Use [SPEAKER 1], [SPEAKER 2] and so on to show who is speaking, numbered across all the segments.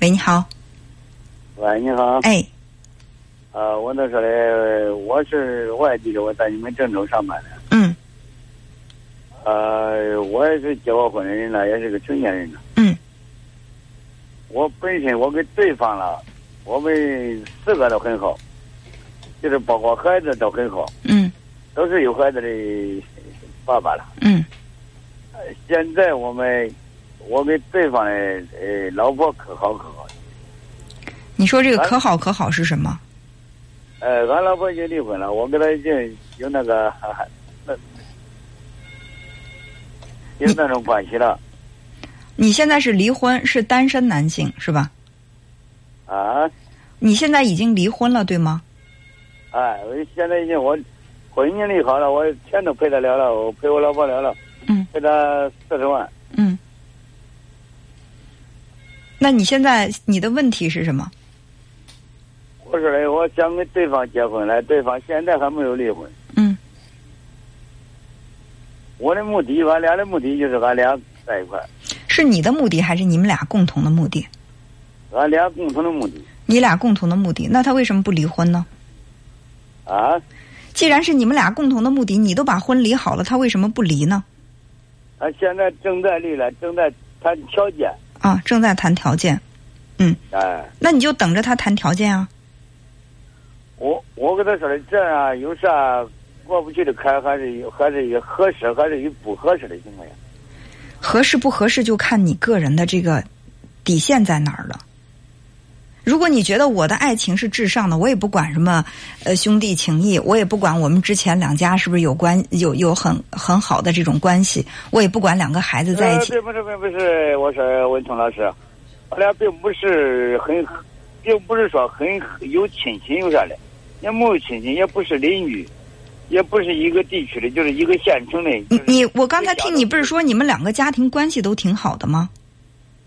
[SPEAKER 1] 喂，你好，
[SPEAKER 2] 喂，你好，
[SPEAKER 1] 哎，
[SPEAKER 2] 呃，我那说嘞，我是外地的，我在你们郑州上班的，
[SPEAKER 1] 嗯
[SPEAKER 2] 呃，我也是结过婚的人了，也是个成年人了。
[SPEAKER 1] 嗯
[SPEAKER 2] 我本身我跟对方了，我们四个都很好，就是包括孩子都很好，
[SPEAKER 1] 嗯
[SPEAKER 2] 都是有孩子的爸爸了。
[SPEAKER 1] 嗯
[SPEAKER 2] 现在我们，我跟对方的呃老婆可好可好，
[SPEAKER 1] 你说这个
[SPEAKER 2] 哎
[SPEAKER 1] 可好可好是什么？
[SPEAKER 2] 呃，俺老婆已经离婚了，我跟她已经有那个， 那有那种关系了
[SPEAKER 1] 你现在是离婚，是单身男性是吧？
[SPEAKER 2] 啊
[SPEAKER 1] 你现在已经离婚了对吗？
[SPEAKER 2] 哎，我现在已经我婚姻离好了，我钱都赔她了了，我赔我老婆了了，
[SPEAKER 1] 嗯
[SPEAKER 2] 赔她四十万，
[SPEAKER 1] 嗯。那你现在你的问题是什么？
[SPEAKER 2] 我说嘞，我想跟对方结婚了，对方现在还没有离婚。
[SPEAKER 1] 嗯
[SPEAKER 2] 我的目的，俺俩的目的就是俺俩在一块儿，，
[SPEAKER 1] 是你的目的还是你们俩共同的目的？
[SPEAKER 2] 俺俩共同的目的
[SPEAKER 1] 你俩共同的目的，那他为什么不离婚呢？
[SPEAKER 2] 啊。
[SPEAKER 1] 既然是你们俩共同的目的，你都把婚离好了，他为什么不离呢？
[SPEAKER 2] 俺现在正在离了，正在谈条件，
[SPEAKER 1] 啊，正在谈条件，
[SPEAKER 2] 哎，
[SPEAKER 1] 那你就等着他谈条件啊。
[SPEAKER 2] 我我跟他说的，这样啊有啥过不去的坎，还是有还是有合适，还是有不合适的情况下。
[SPEAKER 1] 合适不合适就看你个人的这个底线在哪儿了。如果你觉得我的爱情是至上的，我也不管什么呃兄弟情谊，我也不管我们之前两家是不是有关有有很很好的这种关系，我也不管两个孩子在一起
[SPEAKER 2] 呃、不是不是不是，我说文聪老师，俺俩并不是很，并不是说很有亲戚有啥的，也没有亲戚，也不是邻居，也不是一个地区的，就是一个县城的。就
[SPEAKER 1] 你
[SPEAKER 2] 是
[SPEAKER 1] 你，我刚才听你不是说你们两个家庭关系都挺好的吗？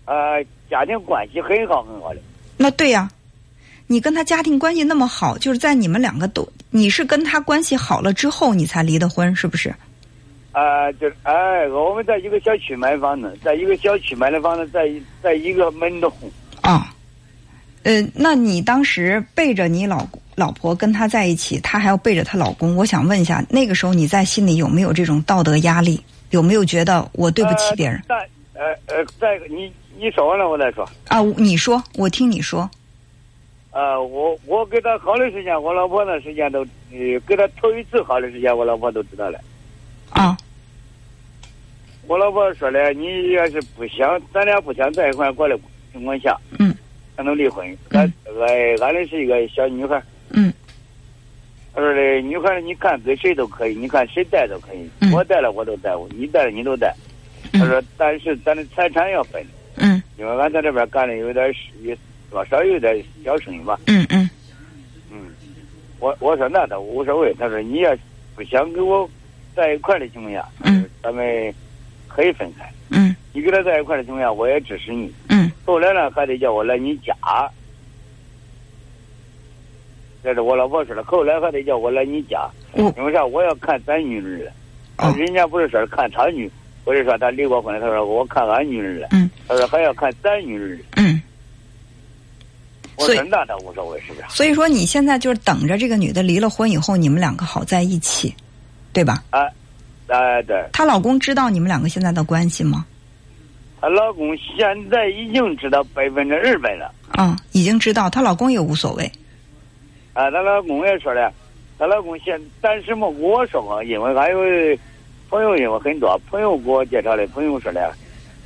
[SPEAKER 2] 呃，家庭关系很好很好的。
[SPEAKER 1] 那对呀、你跟他家庭关系那么好，就是在你们两个都你是跟他关系好了之后你才离的婚，是不是？
[SPEAKER 2] 啊，就是哎，我们在一个小区买房子，在一个小区买的房子，在一在一个门洞，
[SPEAKER 1] 啊、呃，那你当时背着你老老婆跟他在一起，他还要背着她老公，我想问一下，那个时候你在心里有没有这种道德压力？有没有觉得我对不起别人
[SPEAKER 2] 呃、但呃呃，再一个你你说完了我再说。
[SPEAKER 1] 啊？你说，我听你说，
[SPEAKER 2] 呃，我我给他好的时间，我老婆那时间都，呃，给他头一次好的时间，我老婆都知道了。
[SPEAKER 1] 啊，
[SPEAKER 2] 我老婆说了，你要是不想，咱俩不想在一块儿过的情况下，
[SPEAKER 1] 嗯，
[SPEAKER 2] 咱能离婚。俺俺俺的是一个小女孩，
[SPEAKER 1] 嗯
[SPEAKER 2] 她说的女孩，你看跟谁都可以，你看谁带都可以，
[SPEAKER 1] 嗯
[SPEAKER 2] 我带了我都带，你带了你都带。她说，但是咱的财产要分，
[SPEAKER 1] 嗯
[SPEAKER 2] 因为俺在这边干的有点儿事，也多少有点小生意吧。
[SPEAKER 1] 嗯嗯
[SPEAKER 2] 嗯，我我说那倒无所谓。他说你要不想跟我在一块儿的情况下，
[SPEAKER 1] 嗯，
[SPEAKER 2] 咱们可以分开。
[SPEAKER 1] 嗯
[SPEAKER 2] 你跟他在一块儿的情况下，我也支持你。
[SPEAKER 1] 嗯
[SPEAKER 2] 后来呢，还得叫我来你家，这是我老婆说的。后来还得叫我来你家，
[SPEAKER 1] 我
[SPEAKER 2] 因为啥？我要看咱女儿了。
[SPEAKER 1] 哦
[SPEAKER 2] 人家不是说看他女，不是说他离过婚了，他说我看俺女儿了。
[SPEAKER 1] 嗯，
[SPEAKER 2] 他说还要看咱女儿了。
[SPEAKER 1] 嗯。
[SPEAKER 2] 我
[SPEAKER 1] 所以
[SPEAKER 2] 说那倒无所谓，是不是？
[SPEAKER 1] 所以说，你现在就是等着这个女的离了婚以后，你们两个好在一起，对吧？
[SPEAKER 2] 哎，对。
[SPEAKER 1] 她老公知道你们两个现在的关系吗？
[SPEAKER 2] 她老公现在已经知道百分之二百了。
[SPEAKER 1] 啊、已经知道，她老公也无所谓。
[SPEAKER 2] 啊，她老公也说了，她老公现但是么，我说嘛，因为俺有朋友，因为很多朋友给我介绍的，朋友说了，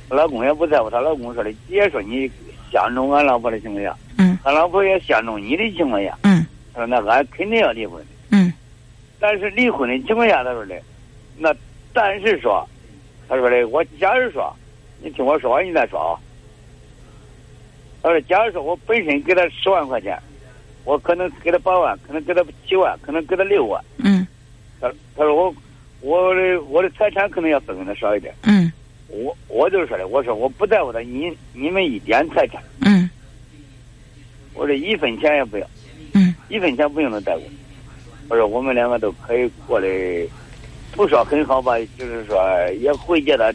[SPEAKER 2] 她老公也不在乎，她老公说的，姐说你相中俺老婆的情况下，
[SPEAKER 1] 嗯
[SPEAKER 2] 俺老婆也相中你的情况下，
[SPEAKER 1] 嗯
[SPEAKER 2] 她说那俺肯定要离婚。
[SPEAKER 1] 嗯
[SPEAKER 2] 但是离婚的情况下，他说的，那但是说，他说的，我假如说，你听我说完你再说啊。他说，假如说我本身给他十万块钱，我可能给他八万，可能给他七万，可能给他六万。
[SPEAKER 1] 嗯
[SPEAKER 2] 他他说我我的我的财产可能要分给他少一点。
[SPEAKER 1] 嗯
[SPEAKER 2] 我我就是说的，我说我不在乎他你你们一点财产，
[SPEAKER 1] 嗯
[SPEAKER 2] 我这一分钱也不要，
[SPEAKER 1] 嗯
[SPEAKER 2] 一分钱不用他带我。我说我们两个都可以过得不说很好吧，就是说哎也会叫他，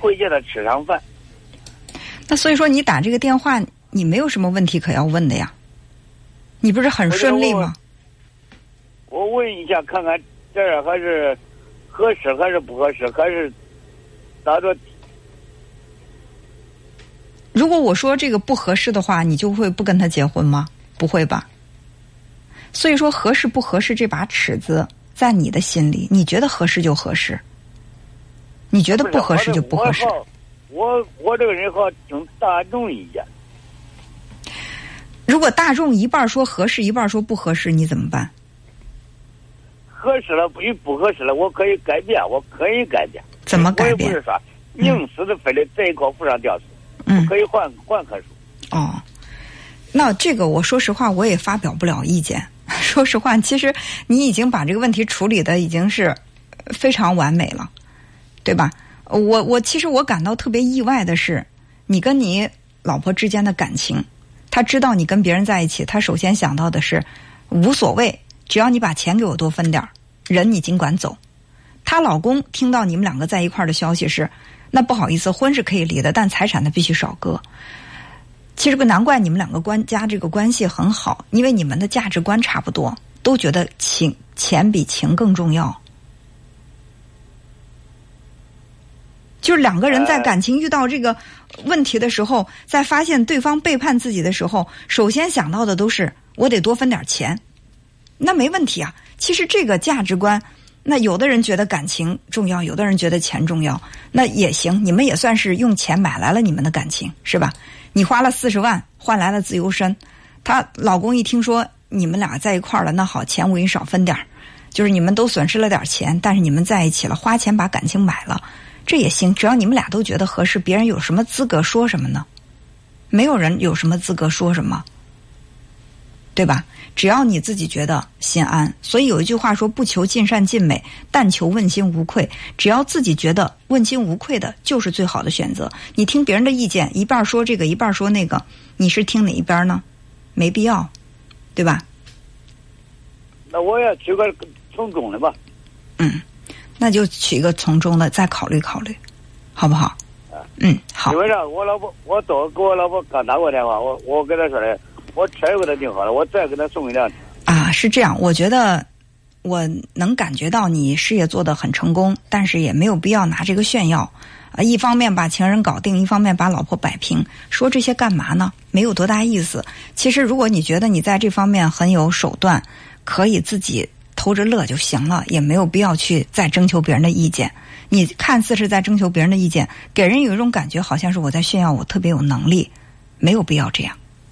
[SPEAKER 2] 会叫他吃上饭。
[SPEAKER 1] 那所以说，你打这个电话，你没有什么问题可要问的呀。你不是很顺利吗？
[SPEAKER 2] 我问一下，看看这儿还是合适还是不合适，还是咋着？
[SPEAKER 1] 如果我说这个不合适的话，你就会不跟他结婚吗？不会吧？所以说，合适不合适这把尺子，在你的心里，你觉得合适就合适，你觉得不合适就不合适。
[SPEAKER 2] 我我这个人好听大众意见。
[SPEAKER 1] 如果大众一半说合适，一半说不合适，你怎么办？
[SPEAKER 2] 合适了与不合适了，我可以改变，我可以改变。
[SPEAKER 1] 怎么改变？
[SPEAKER 2] 我也不是说宁死的非得在一棵树上吊死，
[SPEAKER 1] 嗯，
[SPEAKER 2] 可以换换棵树。
[SPEAKER 1] 哦，那这个我说实话，我也发表不了意见。 说实话，其实你已经把这个问题处理的已经是非常完美了，对吧？我我其实我感到特别意外的是，你跟你老婆之间的感情，她知道你跟别人在一起，她首先想到的是无所谓，只要你把钱给我多分点儿，人你尽管走。她老公听到你们两个在一块儿的消息是，那不好意思，婚是可以离的，但财产他必须少割。其实难怪你们两个关家这个关系很好，因为你们的价值观差不多，都觉得情钱比情更重要。就是两个人在感情遇到这个问题的时候，在发现对方背叛自己的时候，首先想到的都是我得多分点钱，那没问题啊。其实这个价值观，那有的人觉得感情重要，有的人觉得钱重要，那也行。你们也算是用钱买来了你们的感情，是吧？你花了四十万换来了自由身，她老公一听说你们俩在一块儿了，那好，钱我给你少分点儿，就是你们都损失了点钱，但是你们在一起了，花钱把感情买了。这也行，只要你们俩都觉得合适，别人有什么资格说什么呢？没有人有什么资格说什么，对吧？只要你自己觉得心安，所以有一句话说：“不求尽善尽美，但求问心无愧。”只要自己觉得问心无愧的，就是最好的选择。你听别人的意见，一半说这个，一半说那个，你是听哪一边呢？没必要，对吧？
[SPEAKER 2] 那我也娶个从中的吧。
[SPEAKER 1] 嗯。那就取一个从中的，再考虑考虑，好不好？嗯，好。
[SPEAKER 2] 因为啥？我老婆，我早给我老婆刚打过电话，我我跟她说的，我车给她订好了，我再给她送一辆。
[SPEAKER 1] 啊，是这样。我觉得我能感觉到你事业做得很成功，但是也没有必要拿这个炫耀。啊，一方面把情人搞定，一方面把老婆摆平，说这些干嘛呢？没有多大意思。其实，如果你觉得你在这方面很有手段，可以自己。偷着乐就行了，也没有必要去再征求别人的意见。你看似是在征求别人的意见，给人有一种感觉，好像是我在炫耀我特别有能力，没有必要这样。